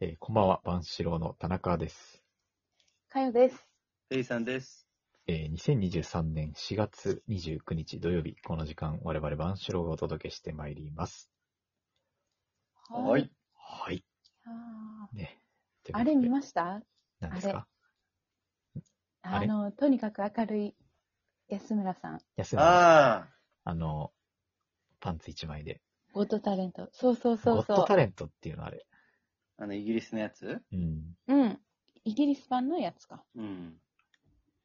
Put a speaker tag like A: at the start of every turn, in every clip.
A: えー、こんばんは、万志郎の田中です。
B: かよです。
C: ペイさんです。
A: えー、2023年4月29日土曜日、この時間、我々万志郎がお届けしてまいります。
B: い。
C: い。
A: はい。
B: あ
A: ね。
B: ーあれ見
A: す
B: ました
A: 何ですかあ
B: あ
A: れ
B: の、とにかく明るい安村さん、
A: 安村あ
C: ああ、
A: あの、パンツ一枚で。
B: ゴッドタレント。そうそうそう
A: ゴッド
B: そ
A: タレントっていうのあれ。
C: あの、イギリスのやつ
A: うん。
B: う。うん。イギリス版のやつか。
C: うん。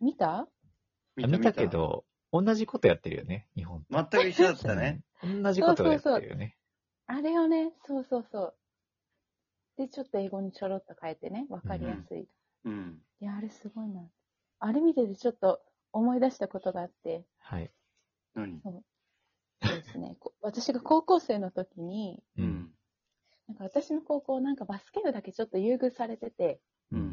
B: 見た
A: あ見たけ。ど、同じことやってるよね、日本。
C: 全く一緒だったね。
A: うん。同じことをやってるよね。
B: あれをね、そうそうそう。で、ちょっと英語にちょろっと変えてね、わかりやすい。
C: うん。
B: いや、あれすごいな。あれ見ててちょっと思い出したことがあって、
A: はい。
C: 何
B: そうですね、こ私が高校生の時に、
A: う。
C: うんん。
B: なんか私の高校なんかバスケ部だけちょっと優遇されてて、
C: う
A: うん。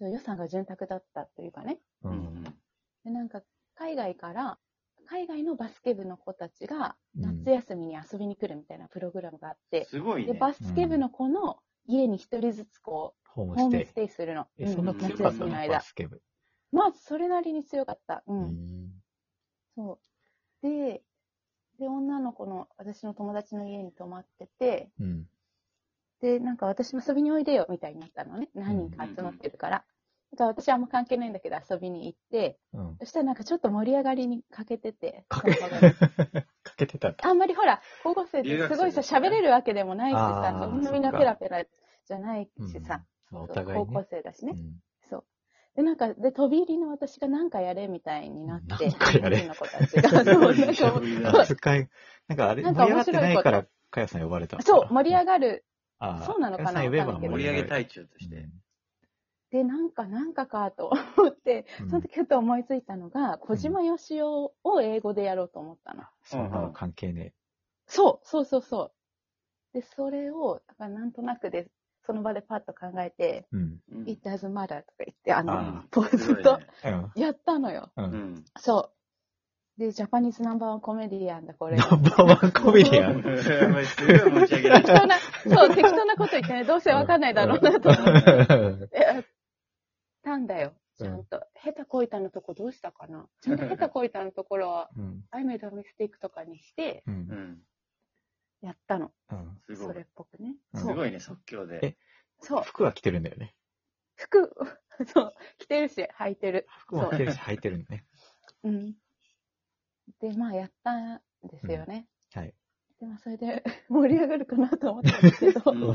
C: ん。
B: 予算が潤沢だったというかね。
A: う。
C: うんん。
B: で、なんか、海外から、海外のバスケ部の子たちが、
A: うん
B: 夏休みに遊びに来るみたいなプログラムがあって、
C: すごい
B: で、
C: ね。
B: バスケ部の子の家に一人ずつこ
A: ホー
B: う、
A: ム
B: ホ
A: ス
B: ー
A: テ
B: ム
A: イ
B: ス。テイするの。
A: え、そんな
B: う
A: 強
B: 夏
A: かった
B: 休
A: の
B: みの
A: バ
B: 間。
A: スケ部。
B: まあ、それなりに強かった。う。
A: うんん。
B: そう。で、で、女の子の、私の友達の家に泊まってて、
A: うん。
B: で、なんか私も遊びにおいでよ、みたいになったのね。何人か集まってるから。だから私はあんま関係ないんだけど遊びに行って、
A: うん。
B: そしたらなんかちょっと盛り上がりに欠けてて。
A: かけ、
B: その場が
A: かけてたんだ。
B: あんまりほら、高校生っ
C: 留
B: て
C: 学生
B: すごいさ、
C: ですよね
B: 喋れるわけでもないし
A: あ
B: さ、
A: ー
B: そんなみんな
A: そっか
B: ペラペラじゃない
A: うん
B: しさ、
A: まあお
B: そう
A: 互い
B: 高
A: ね
B: 校。生だしね。
A: うん
B: そう。で、なんか、で、飛び入りの私が何かやれみたいになって、
A: なんかやれ
B: 日本人の子たちが、そう、なんかもう
C: そ
A: あ
C: う
A: 使い、なんかあれ、
B: なん
A: 盛
B: か
A: り上が
B: 面
A: って
B: 白いこと
A: ないから、かやさん呼ばれたのかな
B: そう、盛り上がる。
A: あー
B: そうなのかな
A: かやさん呼べば
C: 盛り上げ
A: い
C: 隊長として。
B: で、なんか、なんかかと思って、
A: うん
B: その時ふと思いついたのが、小島よしおを英語でやろうと思ったの。
A: そんなの関係ね
B: そう、そうそうそう。で、それを、だからなんとなくで、その場でパッと考えて、
A: え。うん。
C: うん
B: It doesn't matter とか言って、あの、
A: あ
B: ポー
C: すご
B: ズ
C: い
B: と
C: ね。
A: うん。
B: やったのよ。
A: う。
C: うんん。
B: そう。で、ジャパニーズナンバーワンコメディアンだ、これ。
A: ナンバーワンコメディアン。
C: お前すごい持ち上げられ
B: 適
C: た。
B: 当な、そう、適当なこと言ってね、どうせわかんないだろうなと思っ
A: うん
B: て、やったんだよ。ちゃんと。下手こいたのとこどうしたかなちゃんと下手こいたのところは、
A: うん。
B: I made a mistake とかにして、
A: う。
C: うんん。
B: やったの。
A: うん。
C: す
B: そ
C: ごい
B: れっ。ぽくね。
A: うん
C: す
B: そう。
C: ごいね、即興
A: え
C: で。
B: そう。
A: 服は着てるんだよね。
B: 服、 そう、着てるし、履いてる。
A: 服も着てるし、履いてるんだね。
B: うん。で、まあ、やったんですよね。
A: はい。
B: で、まあ、それで 盛り上がるかなと思ったんですけど、
C: うん
B: ま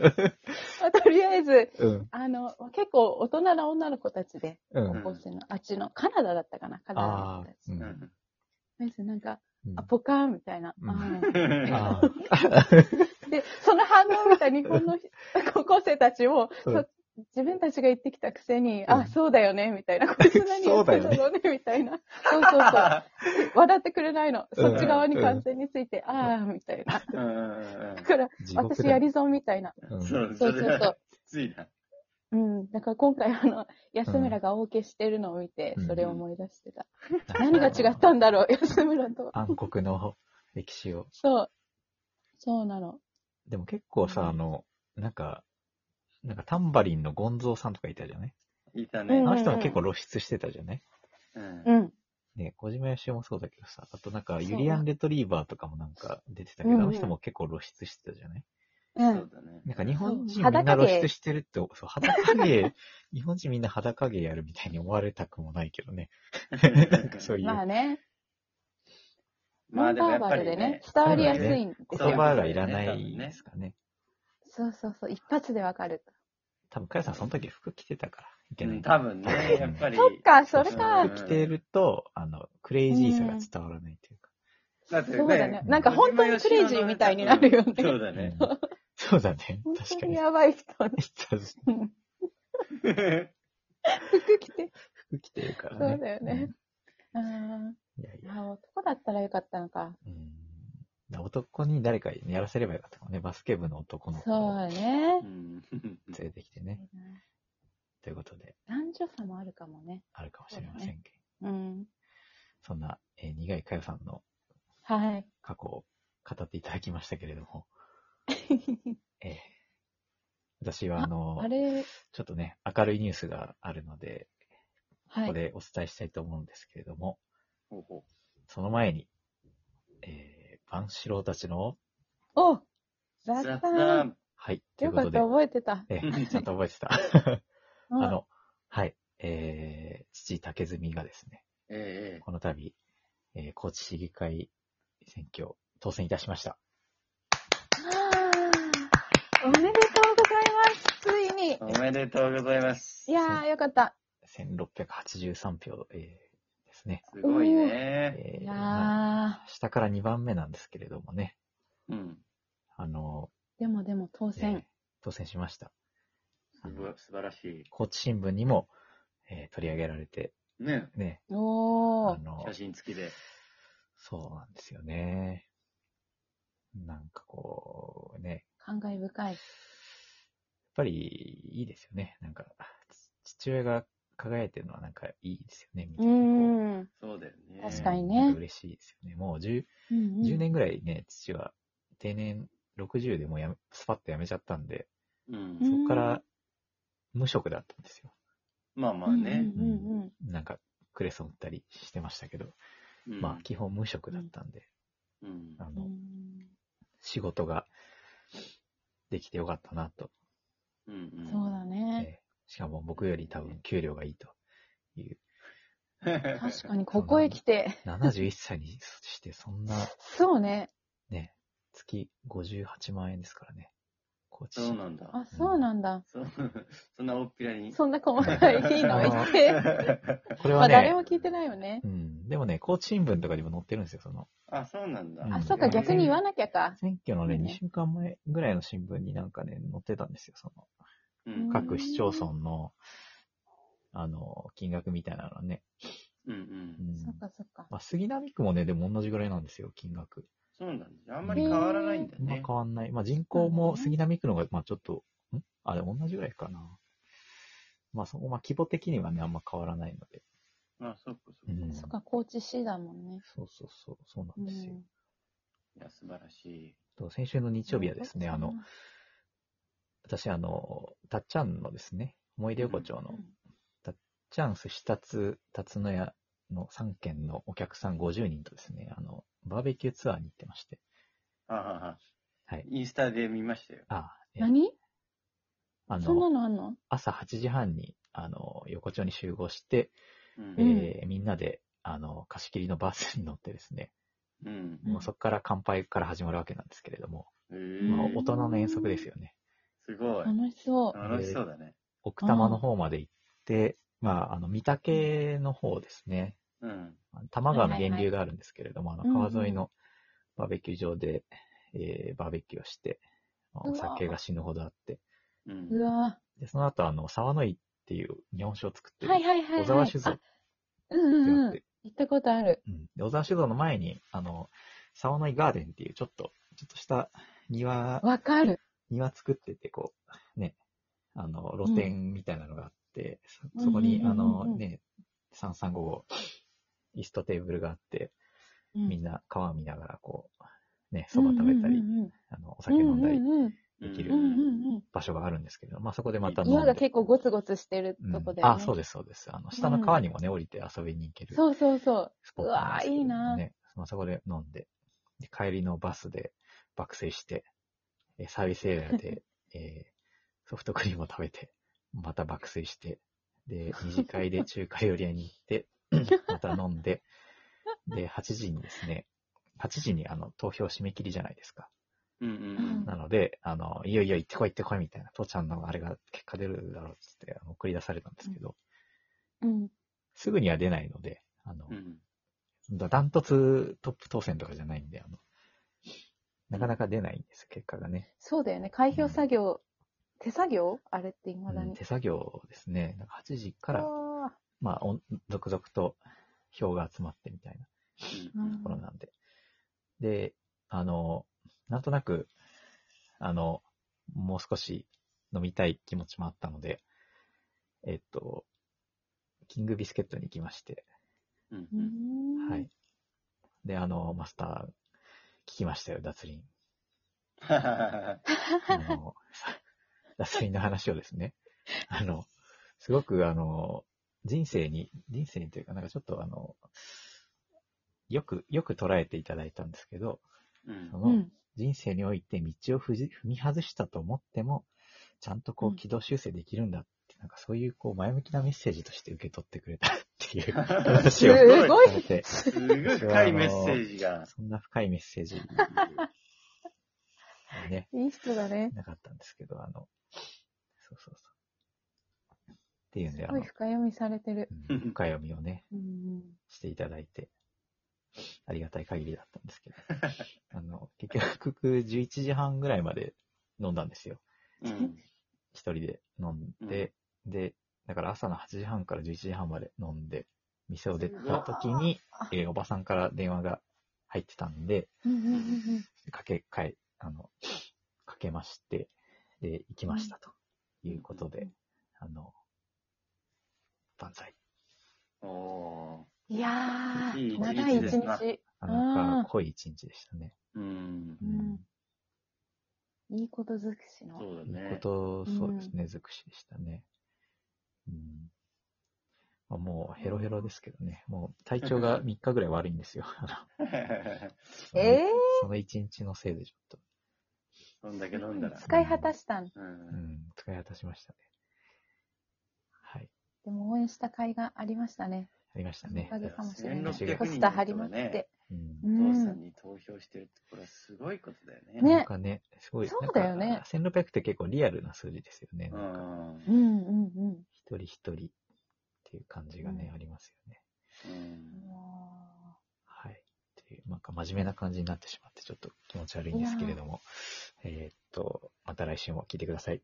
B: あとりあえず、
A: うん。
B: あの、結構大人な女の子たちで、
A: う
B: 高
A: ん。
B: 校生の、あっちの、カナダだったかな、カナダの
A: ああ
B: 子たち。。
A: う
C: うんん。
B: とりあえずなんか、
A: うん
B: あ、ポカーンみたいな。
A: うんあ
B: あ ー で、その反応を見た日本の人高校生たちも、
A: うん
B: そ自分たちが言ってきたくせに、
A: うん
B: あ、そうだよね、みたいな。こいつ何言ってんだろうね、みたいな。そうそうそう。笑ってくれないの。
A: うん
B: そっち側に完全について、ああ、みたいな。
C: うんうん
B: だから、
A: ー地獄
B: 私
A: だ
B: やり損みたいな。
A: う
C: うんん。そ
B: そ
C: う、そう
B: そう
C: れ
B: そ
C: は
B: う。
C: きついな。
B: うん。だから今回、あの、安村が大受けしてるのを見て
A: うん、
B: それを思い出してた。何が違ったんだろう、 安村と。
A: 暗黒の歴史を。
B: そう。そうなの。
A: でも結構
B: うん
A: さ、あの、なんか、なんかタンバリンのゴンゾーさんとかいたじゃない
C: いた
A: あ
B: うん
C: ね。
A: の人も結構露出してたじゃない
C: うん
B: うん。
A: ね、小島よしおもそうだけどさ、あとなんか
B: そう
A: ユリアン・レトリーバーとかもなんか出てたけど、
B: うん
A: あ
B: うん
A: の人も結構露出してたじゃない
B: うん。
C: そうだね。
A: なんか日本人
B: そ
A: み
B: う
A: んな露
B: 裸
A: 出
B: 芸
A: してるって、そう、裸芸、 日本人みんな裸芸やるみたいに思われたくもないけどね。なんか そういう、
B: まあね、ノ
C: まあ
B: ン
C: で
B: バ
C: も
B: ー
C: やっ
B: バ
C: ぱ
B: ル
C: り
B: で
C: ね
B: ね、、伝わりやすいんです
A: 言
B: よ。
A: 葉がいらないですかね。
B: そうそうそう、一発でわかる。
A: 多分、かやさんその時服着てたから、いけない。
C: 多分ね、やっぱり。
B: そっか、それ
C: うん
B: か。
A: 服着てると、あの、クレイジーさが伝わらないというか。
C: だってね
B: そうだね。なんか本当にクレイジーみたいになるよね。
C: そうだね。
A: うんそうだね。
B: 本
A: 確
B: 当
A: か
B: に
A: に。
B: やばい人。うん服着て。
A: 服着てるからね。
B: そうだよね。あ
A: うん。いやいや。
B: あ、男だったらよかったのか。
A: うん。だ男に誰かやらせればよかったかもね。バスケ部の男の子
B: そう
A: を
B: だね
C: う。ん
A: 連れてきてね。ということで、
B: 男女差もあるかもね。
A: あるかもしれませんけど。
B: うん。
A: そんな、えー苦いかよさんの
B: はい。
A: 過去を語っていただきましたけれども、えー私はあの、
B: あれ、
A: ちょっとね、明るいニュースがあるので、こ
B: は
A: こ
B: い。
A: でお伝えしたいと思うんですけれども、
C: ほうほ
A: その前に、えー、万四郎たちの、
B: お
C: う。
B: 雑
C: 雑
B: 談
C: 談
A: はい、という
B: よ
A: こ
B: か
A: と
B: っ
A: で
B: た、、覚えてた。
A: えーちゃんと覚えて た。
B: うん
A: あ、の、はい、えー、父竹積がですね、
C: えええ
A: この度、えー、高知市議会選挙、当選いたしました。
B: あーおめでとうございます。ついに
C: え。おめでとうございます。
B: いやー、よかった。
A: 1683票、えー、ですね。
C: すごいね。
A: えー
B: いや
A: まあ
B: ー、
A: 下から2番目なんですけれどもね、
C: うん。
A: あの、
B: でもでも当
A: えー
B: 選。
A: 当選しました。
C: すごい、素晴らしい。
A: 高知新聞にも、えー取り上げられて、
C: ね。
A: ね、
B: お
A: あ
B: ー。
A: の
C: 写、真付きで。
A: そうなんですよね。なんかこう、ね、やっ
B: 感慨深い。
A: ぱりいいですよね。なんか、つ父親が輝いてるのはなんかいいですよね。
B: う
A: こ
B: ーん。
C: そうだよね。
A: う
B: 確かにね
A: なん嬉しいですよね。もう 10,
B: うんうん
A: 10年ぐらいね、父は定年60でもうやめスパッとやめちゃったんで、
C: うん
B: う
A: そこ
B: ん。
A: から無職だったんですよ。
C: まあまあね。
B: うんうんうん
A: なんか、クレソン売ったりしてましたけど、
C: うん
A: まあ基本無職だったんで、
C: うん
A: あ
B: う
A: の、
B: ん
A: 仕事ができてよかったなと。
C: うんうん
B: そうだね。
A: えーしかも僕より多分給料がいいという。
B: 確かに、ここへ来て。
A: 71歳にしてそんな
B: そうね。
A: ね、月58万円ですからね。こっち。
C: そうなんだ。
B: あ、そうなんだ。
C: そう そんな大っぴらに。
B: そんな細かいの言 って。
A: これ
B: ま
A: は
B: あ、誰
A: ね、
B: も聞いてないよね。
A: うん。でもね、高知新聞とかにも載ってるんですよ、その。
C: あ、そうなんだ。
A: う
B: あ、
A: ん
B: そうか、逆に言わなきゃか。
A: 選挙のね、
B: うん
A: 2週間前ぐらいの新聞になんかね、載ってたんですよ、その。
C: うん
A: 各市町村の、あの、金額みたいなのね。
C: うんう。
A: うんん
B: そっか、そっか。
A: まあ、杉並区もね、でも同じぐらいなんですよ、金額。
C: そうなんだ。あんまり変わらないんだよ
A: まあ
C: ね。
A: 変わんない。まあ人口
B: なるほ
A: も
B: どね
A: 杉並区の方が、まあちょっと、んあれ同じぐらいかな。まあそこ、まあ規模的にはね、あんま変わらないので。
C: あ、そっかそっか。
A: うん
B: そっか、高知市だもんね。
A: そうそうそう、そうな
B: うん
A: ですよ。
B: ん。
C: いや、素晴らしい。
A: と先週の日曜日はですね、あの、私、あの、たっちゃんのですね、思い出横丁の、
B: う
A: たっ
B: ん、
A: ちゃん寿司たつ、たつの屋の3軒のお客さん50人とですね、あの、バーベキューツアーに行ってまして。
C: あはは。
A: はい
C: インスタで見ましたよ。
A: あ、え
B: 何
A: あ
B: そんな
A: の、
B: のあんの
A: 朝8時半に、あの、横丁に集合して、
C: うん
B: うん
A: えーみんなで、あの、貸し切りのバスに乗ってですね、
C: うん。
B: うん
A: もうそこから乾杯から始まるわけなんですけれども、
C: へ
A: まあ
C: ー
A: 大人の遠足ですよね。
C: すごい。
B: 楽しそう。
C: 楽しそうだね。
A: 奥多摩の方まで行って、まあ、あの、御嶽の方ですね、
C: うん。
A: あの多摩川の源流があるんですけれども、
B: いはい
A: あの、川沿いのバーベキュー場で、えーバーベキューをして、まあ
B: う
A: お
B: わ
A: 酒が死ぬほどあって、
C: う。
B: うんわ
A: で、その後、あの、沢の井っていう日本酒を作って
B: ぁ。
A: る
B: はい、はいはいはい。
A: 小沢酒造
B: あうんうん
A: や
B: う
A: っ
B: ん。
A: て
B: 行ったことある。
A: うん。で、小沢酒造の前に、あの、沢の井ガーデンっていう、ちょっと、ちょっとした庭
B: わかる。
A: 庭作ってて、こう、ね、あの、露店みたいなのがあって、
B: うん
A: そそこに、
B: うん
A: あ
B: うんうんうん
A: の、ね、335、椅子とテーブルがあって、みん
B: な、
A: な川見ながら、こう、ね、そば食べたり
B: う、んうんうん
A: あの、お酒飲んだり
B: う、んうん
A: でき
B: う
A: る
B: んうんうん
A: 場所があるんですけど、まあそこでまた飲んで。
B: 岩が結構ゴツゴツしてるとこだ
A: うん
B: よね。
A: あ、そう
B: で
A: です、そうです。あの、下の川にもね、降りて遊びに行ける
B: そうそうそう。
A: スポットなんですけど
B: うわーいいな
A: ね、まあそこで飲んで、で帰りのバスで爆睡して、えーサービスエリア で、えーソフトクリームを食べて、また爆睡して、で、二次会 で中華料理屋に行って、また飲んで、で、8時にですね、8時にあの投票締め切りじゃないですか。
C: うんうん
A: なので、あの、いよいよ行ってこい行ってこいみたいな、父ちゃんのあれが結果出るだろうっつってあの送り出されたんですけど、
B: うん。
A: すぐには出ないので、あの、
C: うん。うん。
A: だダントツトップ当選とかじゃないんで、あの、なかなか出ないんです、結果がね。
B: そうだよね。開票作業、手作業あれって
A: う
B: 未だ
A: ん、
B: に。
A: 手作業ですね。なんか8時から、
B: あ
A: まあ、おん続々と票が集まってみたいな
B: ーうん
A: ところなんで。で、あの、なんとなく、あの、もう少し飲みたい気持ちもあったので、えっと、キングビスケットに行きまして、
C: うん
B: うーん
A: はい。。で、あの、マスター、 聞きましたよ、脱輪。あの、さダサいの話をですね、あの、すごくあの、人生に、人生にというかなんかちょっとあの、よく、よく捉えていただいたんですけど、
C: うん
A: そうの
B: ん。
A: 人生において道を踏じ踏み外したと思っても、ちゃんとこ
B: う
A: うん軌道修正できるんだって、なんかそういうこう前向きなメッセージとして受け取ってくれたっていう話を
C: すごい
A: されて、
C: すごい深いメッセージが。
A: そんな深いメッセージはね、
B: いい人だね。
A: なかったんですけど、あの、そうそうそう。っていうん
B: す
A: で、あ
B: ご
A: の
B: い、深読みされてる。
A: うん深読みをね、
B: うん。
A: していただいて、ありがたい限りだったんですけど、あの、結局11時半ぐらいまで飲んだんですよ。
C: うん
A: 一人で飲んで、で、だから朝の8時半から11時半まで飲んで、店を出た時に、えーおばさんから電話が入ってたんで、
B: うんうんうんうん
A: かけ、かえ、あの、かけまして、で、行きましたということで、あの、万歳。
C: お
B: いや
C: いい
B: ー、
C: 一日
B: 長い一
C: ですな
B: 日。
A: あの、な
B: あ
A: ん
B: ー
A: か濃い一日でしたね。
C: ーうん
B: う。んいいこと尽くしの。
C: そうだ
A: いい
C: ね。
A: こと、そうですね、尽くしでしたね。うんまあ、もうヘロヘロですけどね、もう体調が3日 ぐらい悪いんですよ。あの
B: ええ
A: その一日のせいでちょっ
C: どんだけ飲んだら
B: ー、。使い果たしたん。
C: う。
A: と、うんん、使い果たしましたね。はい、
B: でも応援した甲斐がありましたね。
A: ありました
B: お
A: ね
B: か。げかもしれない。
A: 1600
B: ポスター貼りまくって。
A: うん
B: う
C: お父さん
B: ん。
C: に投票してるって、これはすごいことだよね。
B: ね
A: なんかね、すごい、
B: そうだよね
A: なんか1600って結構リアルな数字ですよね。
C: う
A: なんか
C: ん。
B: うんうんうん。
A: 一人一人っていう感じがね、
B: うん
A: ありますよね。
C: うん
A: はい。っていう、なんか真面目な感じになってしまって、ちょっと気持ち悪いんですけれども、えーっと、また来週も聞いてください。